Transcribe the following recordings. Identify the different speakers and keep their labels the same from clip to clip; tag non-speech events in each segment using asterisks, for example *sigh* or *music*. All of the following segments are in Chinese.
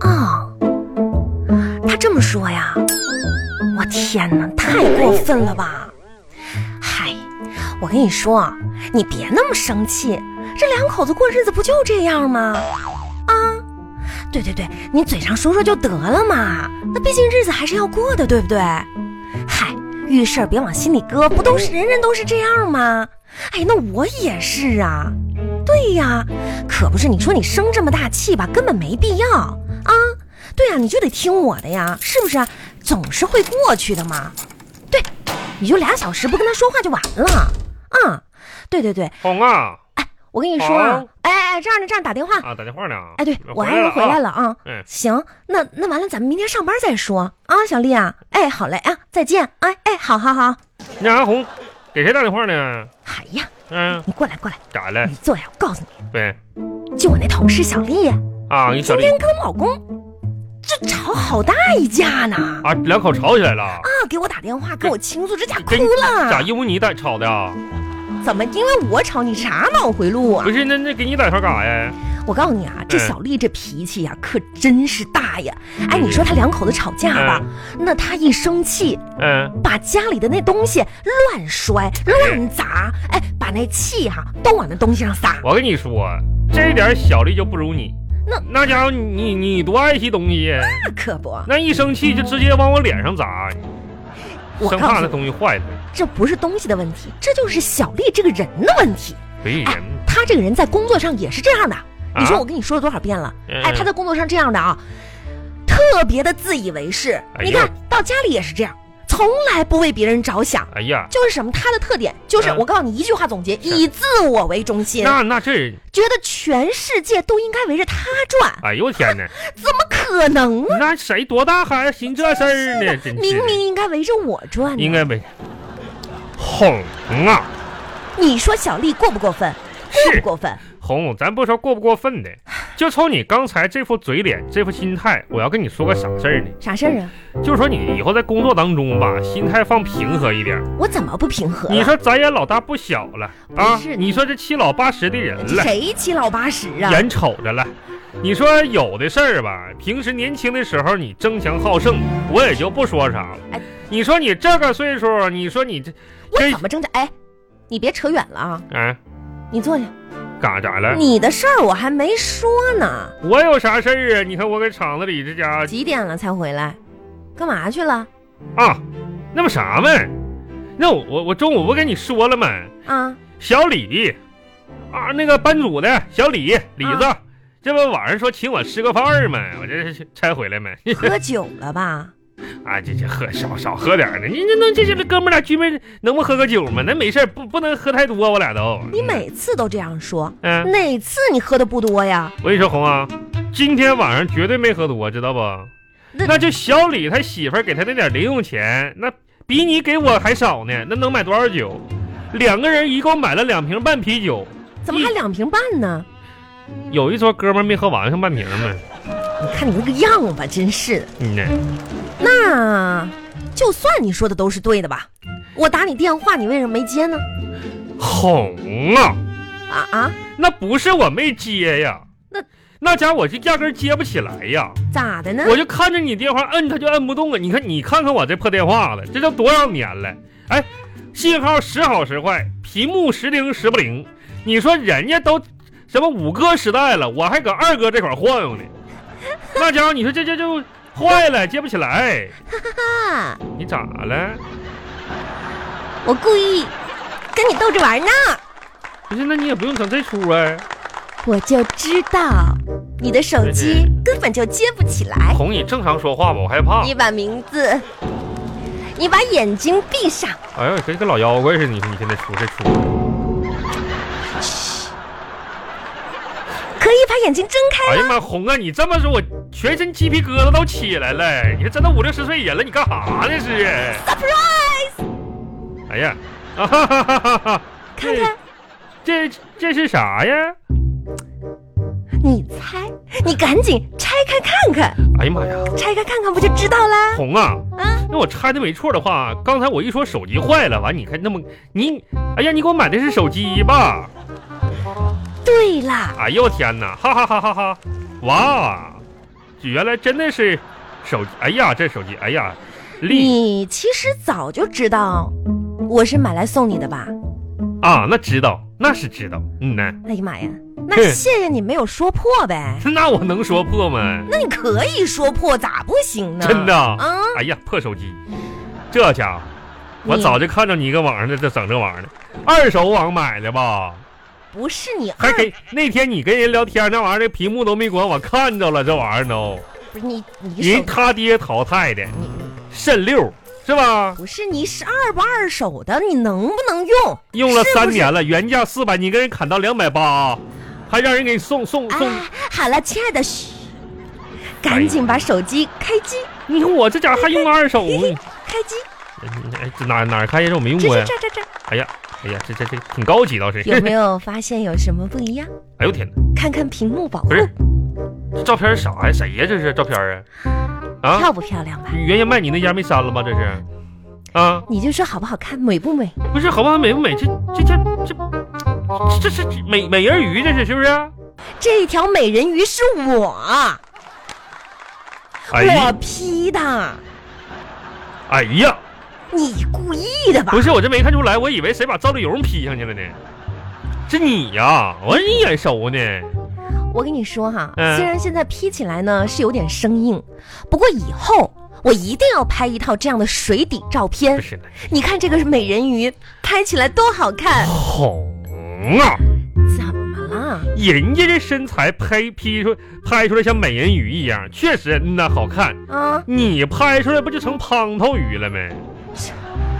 Speaker 1: 哦他这么说呀？我天哪，太过分了吧！嗨，我跟你说，啊你别那么生气，这两口子过日子不就这样吗？啊，对对对，你嘴上说说就得了嘛，那毕竟日子还是要过的，对不对？嗨，遇事儿别往心里搁，不都是人人都是这样吗？哎，那我也是啊。对呀，可不是，你说你生这么大气吧，根本没必要啊。对呀，你就得听我的呀，是不是？啊总是会过去的嘛。对，你就俩小时不跟他说话就完了。嗯，对对对，
Speaker 2: 红啊
Speaker 1: 哎，我跟你说啊
Speaker 2: 好，
Speaker 1: 哎哎，这样的这样打电话。
Speaker 2: 啊，打电话呢。
Speaker 1: 哎，对我还是
Speaker 2: 了
Speaker 1: 回来
Speaker 2: 啊。
Speaker 1: 了啊。
Speaker 2: 嗯，
Speaker 1: 行，那那完了，咱们明天上班再说啊，小丽啊。哎，好嘞啊，再见。哎哎，好好好。
Speaker 2: 你让阿红给谁打电话呢？
Speaker 1: 哎呀，
Speaker 2: 嗯，
Speaker 1: 你过来过来，
Speaker 2: 咋了
Speaker 1: 你？坐下，我告诉你，
Speaker 2: 喂，
Speaker 1: 就我那同事小丽，
Speaker 2: 啊，你小
Speaker 1: 今
Speaker 2: 丽
Speaker 1: 天跟我老公这吵好大一架呢。
Speaker 2: 啊，两口吵起来了，
Speaker 1: 啊，给我打电话跟我倾诉，这家哭
Speaker 2: 真咋
Speaker 1: 了。
Speaker 2: 因为你打吵的啊？
Speaker 1: 怎么？因为我吵你啥脑回路啊
Speaker 2: 不？是，那那给你打电话干啥呀？
Speaker 1: 我告诉你啊，这
Speaker 2: 嗯
Speaker 1: 小丽这脾气呀、可真是大呀。哎，你
Speaker 2: 嗯
Speaker 1: 说她两口子吵架吧，那她一生气，
Speaker 2: 嗯，
Speaker 1: 把家里的那东西乱摔乱砸，哎，把那气哈、都往那东西上撒。
Speaker 2: 我跟你说，这点小丽就不如你。
Speaker 1: 那
Speaker 2: 那家伙你，你你多爱惜东西，
Speaker 1: 那可不，
Speaker 2: 那一生气就直接往我脸上砸，
Speaker 1: 我
Speaker 2: 生
Speaker 1: 告
Speaker 2: 怕
Speaker 1: 诉
Speaker 2: 那
Speaker 1: 你，
Speaker 2: 东西坏了。
Speaker 1: 这不是东西的问题，这就是小丽这个人的问题。
Speaker 2: 对
Speaker 1: 哎
Speaker 2: 人，
Speaker 1: 她这个人在工作上也是这样的。你说
Speaker 2: 啊
Speaker 1: 我跟你说了多少遍了？
Speaker 2: 嗯
Speaker 1: 哎，他在工作上这样的啊，特别的自以为是。
Speaker 2: 哎呦
Speaker 1: 你看到家里也是这样，从来不为别人着想。
Speaker 2: 哎呀，
Speaker 1: 就是什么？他的特点就是，
Speaker 2: 嗯
Speaker 1: 我告诉你一句话总结：以自我为中心，
Speaker 2: 那那这人，
Speaker 1: 觉得全世界都应该围着他转，
Speaker 2: 哎呦我天哪，
Speaker 1: 怎么可能啊？
Speaker 2: 那谁多大孩子寻这事儿呢？真是
Speaker 1: 明
Speaker 2: 的，
Speaker 1: 明应该围着我转呢。
Speaker 2: 应该没。哄啊，
Speaker 1: 你说小丽过不过分？过不
Speaker 2: 是
Speaker 1: 过分？
Speaker 2: 红，咱不说过不过分的，就瞅你刚才这副嘴脸，这副心态，我要跟你说个啥事儿呢？
Speaker 1: 啥事儿啊？
Speaker 2: 就是说你以后在工作当中吧，心态放平和一点。
Speaker 1: 我怎么不平和
Speaker 2: 嗯你
Speaker 1: 了？
Speaker 2: 说咱也老大不小了啊
Speaker 1: 不是，
Speaker 2: 你说这七老八十的人
Speaker 1: 这
Speaker 2: 了，
Speaker 1: 谁七老八十啊？
Speaker 2: 眼瞅着了。你说有的事儿吧，平时年轻的时候你争强好胜，我也就不说啥了
Speaker 1: 哎。
Speaker 2: 你说你这个岁数，你说你这
Speaker 1: 我
Speaker 2: 这
Speaker 1: 怎么挣扎？哎，你别扯远了啊！
Speaker 2: 啊，
Speaker 1: 你坐下。
Speaker 2: 干啥了？
Speaker 1: 你的事儿我还没说呢，
Speaker 2: 我有啥事儿啊？你看我搁厂子里这家
Speaker 1: 几点了才回来？干嘛去了？
Speaker 2: 啊，那不啥嘛？那我我我中午不跟你说了吗？
Speaker 1: 啊，
Speaker 2: 小李，啊，那个班主的小李李子，这不晚上说请我吃个饭儿吗？我这是拆回来没？
Speaker 1: 喝酒了吧？
Speaker 2: *laughs* 啊，这这喝少少喝点儿呢。你这能这这哥们儿俩聚妹能不喝个酒吗？那没事儿不不能喝太多，我俩都。
Speaker 1: 你每次都这样说，
Speaker 2: 嗯、
Speaker 1: 哪次你喝的不多呀？
Speaker 2: 我跟你说红啊，今天晚上绝对没喝多，知道不？
Speaker 1: 那
Speaker 2: 那就小李他媳妇儿给他那点零用钱，那比你给我还少呢。那能买多少酒？两个人一共买了两瓶半啤酒，
Speaker 1: 怎么还两瓶半呢？
Speaker 2: 有一桌哥们儿没喝完，剩半瓶儿嘛。
Speaker 1: 你看你那个样吧，真是的。
Speaker 2: 嗯呢。
Speaker 1: 那就算你说的都是对的吧，我打你电话你为什么没接呢？
Speaker 2: 红啊，
Speaker 1: 啊啊，
Speaker 2: 那不是我没接呀，
Speaker 1: 那
Speaker 2: 那家我就压根儿接不起来呀，
Speaker 1: 咋的呢？ *laughs*
Speaker 2: 我就看着你电话摁，它就摁不动啊。你看，你看看我这破电话了，这都多少年了？哎，信号时好时坏，屏幕时灵时不灵。你说人家都什么五哥时代了，我还搁二哥这块儿晃悠呢。那家伙，你说这这就坏了，接不起来。
Speaker 1: 啊，
Speaker 2: 你咋了？
Speaker 1: 我故意跟你逗着玩呢。
Speaker 2: 不是，那你也不用整这出啊。
Speaker 1: 我就知道你的手机根本就接不起来。
Speaker 2: 哄你正常说话吧，我害怕。
Speaker 1: 你把名字，你把眼睛闭上。
Speaker 2: 哎呦，跟个老妖怪似的，你说你现在出这出。
Speaker 1: 可以把眼睛睁开。
Speaker 2: 哎呀妈，红啊！你这么说，我全身鸡皮疙瘩都起来了。你这真的五六十岁人了，你干啥呢？是？
Speaker 1: Surprise！
Speaker 2: 哎呀， *laughs* 啊哈哈哈哈哈！
Speaker 1: 看看，
Speaker 2: 这这这是啥呀？
Speaker 1: 你猜，你赶紧拆开看看，
Speaker 2: 哎呀妈呀，
Speaker 1: 拆开看看不就知道啦？
Speaker 2: 红啊！
Speaker 1: 啊，
Speaker 2: 那我猜的没错的话，刚才我一说手机坏了，完你看那么你，哎呀，你给我买的是手机吧？
Speaker 1: 对啦，
Speaker 2: 哎呦我天哪！哈哈哈哈哈！哇，原来真的是手机，哎呀，这手机，哎呀，力
Speaker 1: 你其实早就知道我是买来送你的吧？
Speaker 2: 啊，那知道，那是知道，嗯呐，
Speaker 1: 哎呀妈呀，那谢谢你没有说破呗。
Speaker 2: *laughs* 那我能说破吗？
Speaker 1: 那你可以说破，咋不行呢？
Speaker 2: 真的
Speaker 1: 啊，
Speaker 2: 哎呀，破手机，这家伙，我
Speaker 1: 你
Speaker 2: 早就看着你搁网上这这整这玩意儿呢，二手网买的吧？
Speaker 1: 不是你
Speaker 2: 还
Speaker 1: 二，
Speaker 2: 给那天你跟人聊天那玩意儿，那屏幕都没关，我看着了这玩意儿都，
Speaker 1: 不是你你手
Speaker 2: 人他爹淘汰的
Speaker 1: 你
Speaker 2: 肾六是吧？
Speaker 1: 不是你是二不二手的，你能不能用？
Speaker 2: 用了
Speaker 1: 是不
Speaker 2: 三
Speaker 1: 是
Speaker 2: 年了，原价四百，你给人砍到两百八，还让人给你送送送，
Speaker 1: 啊，好了，亲爱的，嘘，赶紧把手机开机，
Speaker 2: 你看我这家伙还用二手呢， *laughs*
Speaker 1: 开机，
Speaker 2: 哎这哪哪儿开呀？这我没用
Speaker 1: 这
Speaker 2: 过
Speaker 1: 这
Speaker 2: 呀。
Speaker 1: 这这这，
Speaker 2: 哎呀，哎呀，这这这挺高级倒是。
Speaker 1: 有没有发现有什么不一样？
Speaker 2: *laughs* 哎呦天哪！
Speaker 1: 看看屏幕保护
Speaker 2: 不是，这照片是啥呀？谁呀？这是照片啊？啊，
Speaker 1: 漂不漂亮吧？
Speaker 2: 原先卖你那家没删了吗？这是？啊，
Speaker 1: 你就说好不好看，美不美？
Speaker 2: 不是，好不好？美不美？这这这这这这是美美人鱼？这是是不是？
Speaker 1: 这条美人鱼是我，我
Speaker 2: 哎
Speaker 1: 批的，
Speaker 2: 哎呀，
Speaker 1: 你故意的吧
Speaker 2: 不？是，我这没看出来，我以为谁把赵丽蓉 P 上去了呢？是你呀、我说你眼熟呢。
Speaker 1: 我跟你说哈，
Speaker 2: 嗯
Speaker 1: 虽然现在 P 起来呢是有点生硬，不过以后我一定要拍一套这样的水底照
Speaker 2: 不
Speaker 1: 片。
Speaker 2: 是呢，
Speaker 1: 你看这个美人鱼拍起来多好看！
Speaker 2: 红啊！
Speaker 1: 怎么了？
Speaker 2: 人家这身材拍 P 出拍出来像美人鱼一样，确实嗯呐好看。
Speaker 1: 啊，
Speaker 2: 你拍出来不就成胖头鱼了没？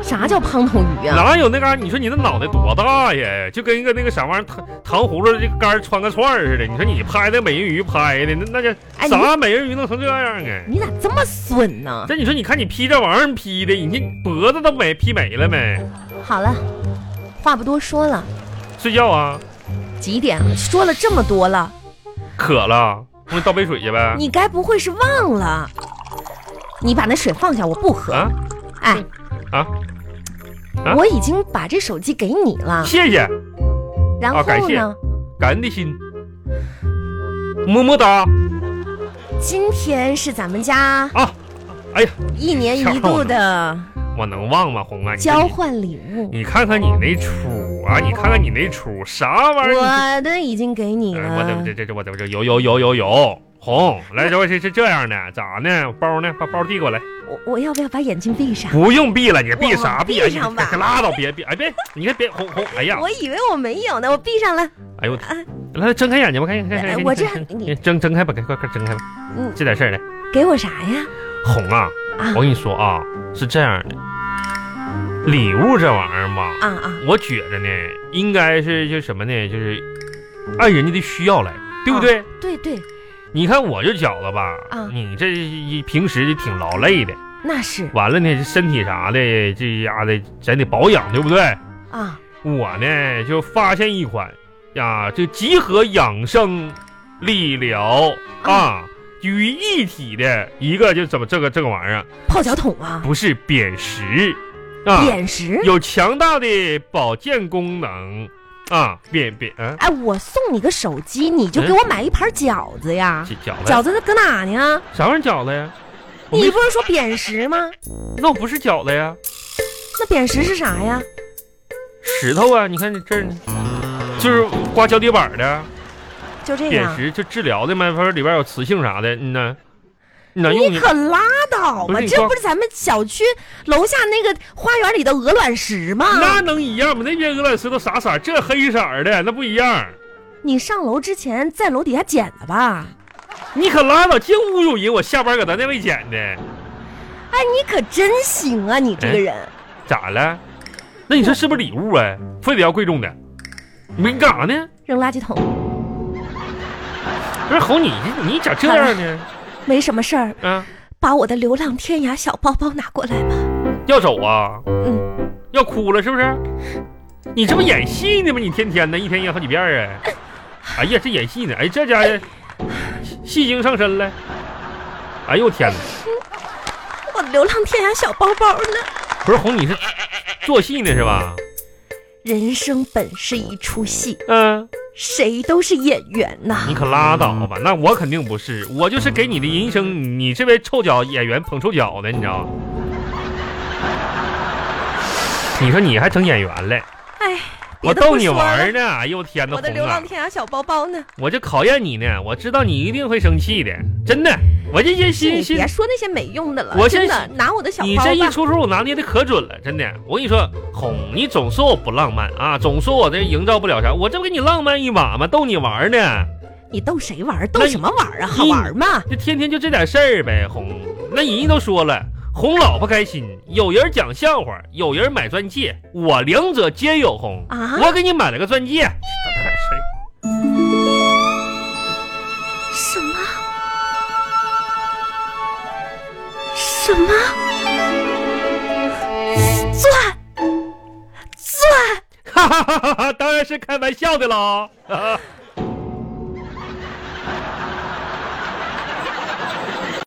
Speaker 1: 啥叫胖头鱼啊？
Speaker 2: 哪有那嘎、你说你那脑袋多大呀？就跟一个那个啥玩意儿糖糖葫芦这个杆儿穿个串儿似的。你说你拍那美人鱼拍的，那那叫
Speaker 1: 哎你
Speaker 2: 啥美人鱼能成这样啊？
Speaker 1: 你咋这么损呢？
Speaker 2: 这你说你看你 P 这玩意儿 P 的，你这脖子都没 P 没了没？
Speaker 1: 好了，话不多说了，
Speaker 2: 睡觉啊，
Speaker 1: 几点了？说了这么多了，
Speaker 2: 渴了，我给你倒杯水去呗。
Speaker 1: 你该不会是忘了？你把那水放下，我不喝。
Speaker 2: 啊，
Speaker 1: 哎，
Speaker 2: 啊啊
Speaker 1: 我已经把这手机给你了，
Speaker 2: 谢谢，
Speaker 1: 然
Speaker 2: 啊感
Speaker 1: 后
Speaker 2: 谢
Speaker 1: 呢？
Speaker 2: 感恩的心，么么哒
Speaker 1: 今天是咱们家
Speaker 2: 啊！哎呀，
Speaker 1: 一年一度的
Speaker 2: 我能忘吗？红啊，你
Speaker 1: 交换礼物，
Speaker 2: 你看看你那出啊，你看看你那出啥玩意儿？
Speaker 1: 我的已经给你
Speaker 2: 哎我怎么
Speaker 1: 了
Speaker 2: 这。这这我怎么这有有有有有红来这位是是这样的，咋呢？包呢？把包递过来，
Speaker 1: 我我要不要把眼睛闭上？
Speaker 2: 不用闭了，你闭啥
Speaker 1: 我
Speaker 2: 闭啊？
Speaker 1: 闭上
Speaker 2: 你
Speaker 1: 吧
Speaker 2: 可拉倒，别别，哎别，你看别红红，哎呀，
Speaker 1: 我以为我没有呢，我闭上了。
Speaker 2: 哎呦我
Speaker 1: 啊
Speaker 2: 天，来睁开眼睛吧，看一看看一
Speaker 1: 哎
Speaker 2: 看，
Speaker 1: 我
Speaker 2: 睁
Speaker 1: 这
Speaker 2: 睁
Speaker 1: 你
Speaker 2: 睁睁开吧，快快快睁开吧，
Speaker 1: 嗯，
Speaker 2: 这点事儿来，
Speaker 1: 给我啥呀？
Speaker 2: 红啊
Speaker 1: 啊，
Speaker 2: 我跟你说啊，是这样的，礼物这玩意儿吧，
Speaker 1: 啊啊，
Speaker 2: 我觉着呢，应该是就什么呢，就是按人家的需要来，对不对？
Speaker 1: 对对，
Speaker 2: 你看我这饺子吧，
Speaker 1: 啊
Speaker 2: 你这一平时挺劳累的，
Speaker 1: 那是
Speaker 2: 完了呢，这身体啥的，这丫的咱得保养，对不对？
Speaker 1: 啊，
Speaker 2: 我呢就发现一款呀，这集合养生、理疗啊于一体的一个，就怎么这个这个玩意儿，
Speaker 1: 泡脚桶啊，
Speaker 2: 不是砭石啊，
Speaker 1: 眼石。
Speaker 2: 有强大的保健功能啊，砭砭啊，
Speaker 1: 哎，我送你个手机，你就给我买一盘饺子呀。
Speaker 2: 这饺子
Speaker 1: 饺子搁哪呢？
Speaker 2: 啥玩意儿饺子呀？我
Speaker 1: 你
Speaker 2: 没
Speaker 1: 不是说扁食吗？
Speaker 2: 那我不是饺子呀。
Speaker 1: 那扁食是啥呀？
Speaker 2: 石头啊，你看这儿，就是刮脚底板的
Speaker 1: 就这
Speaker 2: 砭
Speaker 1: 样。
Speaker 2: 石，就治疗的嘛，它里边有磁性啥的，嗯呐，你哪用
Speaker 1: 你
Speaker 2: 哎你
Speaker 1: 可拉倒
Speaker 2: 不
Speaker 1: 吧！
Speaker 2: 是你
Speaker 1: 这
Speaker 2: 说
Speaker 1: 不是咱们小区楼下那个花园里的鹅卵石吗？
Speaker 2: 那能一样吗？那边鹅卵石都啥色儿？这黑色儿的那不一样。
Speaker 1: 你上楼之前在楼底下捡的吧？
Speaker 2: 你可拉倒，净侮辱人！我下班搁咱那位捡的，
Speaker 1: 哎，你可真行啊！你这个人，
Speaker 2: 哎咋了？那你说是不是礼物啊？非得要贵重的？没干啥呢？
Speaker 1: 扔垃圾桶
Speaker 2: 不是哄你，你你咋这样呢？
Speaker 1: 没什么事儿，
Speaker 2: 啊，
Speaker 1: 把我的流浪天涯小包包拿过来吧。
Speaker 2: 要走啊？
Speaker 1: 嗯，
Speaker 2: 要哭了是不是？你这不演戏呢吗？你天天的，一天演好几遍儿啊！哎呀，这演戏呢，哎，这家伙戏戏精上身了。哎呦我天哪！
Speaker 1: 我的流浪天涯小包包呢？
Speaker 2: 不是哄你是做戏呢是吧？
Speaker 1: 人生本是一出戏，
Speaker 2: 嗯、
Speaker 1: 谁都是演员呐
Speaker 2: 你！可拉倒吧，那我肯定不是，我就是给你的人生，你这位臭脚演员捧臭脚的，你知道吗？你说你还成演员了？
Speaker 1: 哎，别
Speaker 2: 我
Speaker 1: 的不
Speaker 2: 逗你
Speaker 1: 说
Speaker 2: 玩儿
Speaker 1: 了，
Speaker 2: 呢！哎呦天哪，
Speaker 1: 我的
Speaker 2: 红
Speaker 1: 流
Speaker 2: 啊
Speaker 1: 浪天涯小包包呢？
Speaker 2: 我就考验你呢，我知道你一定会生气的，真的。我这些心
Speaker 1: 你
Speaker 2: 心
Speaker 1: 别，说那些没用的了，
Speaker 2: 我
Speaker 1: 真
Speaker 2: 真
Speaker 1: 的拿我的哎小
Speaker 2: 你
Speaker 1: 包
Speaker 2: 这一
Speaker 1: 吧。
Speaker 2: 出出我拿捏的可准了，真的。我跟你说，哄你总说我不浪漫啊，总说我这营造不了啥，我这不给你浪漫一把吗？逗你玩儿呢，
Speaker 1: 你逗谁玩儿？逗
Speaker 2: 那
Speaker 1: 什么玩儿啊？
Speaker 2: 你
Speaker 1: 好玩儿吗？
Speaker 2: 就天天就这点事儿呗，哄。那人家都说了，哄老婆开心，有人讲笑话，有人买钻戒，我两者皆有哄。
Speaker 1: 啊
Speaker 2: 我给你买了个钻戒。
Speaker 1: 什么？什么？钻钻！
Speaker 2: *laughs* 哈哈哈哈哈！当然是开玩笑的喽。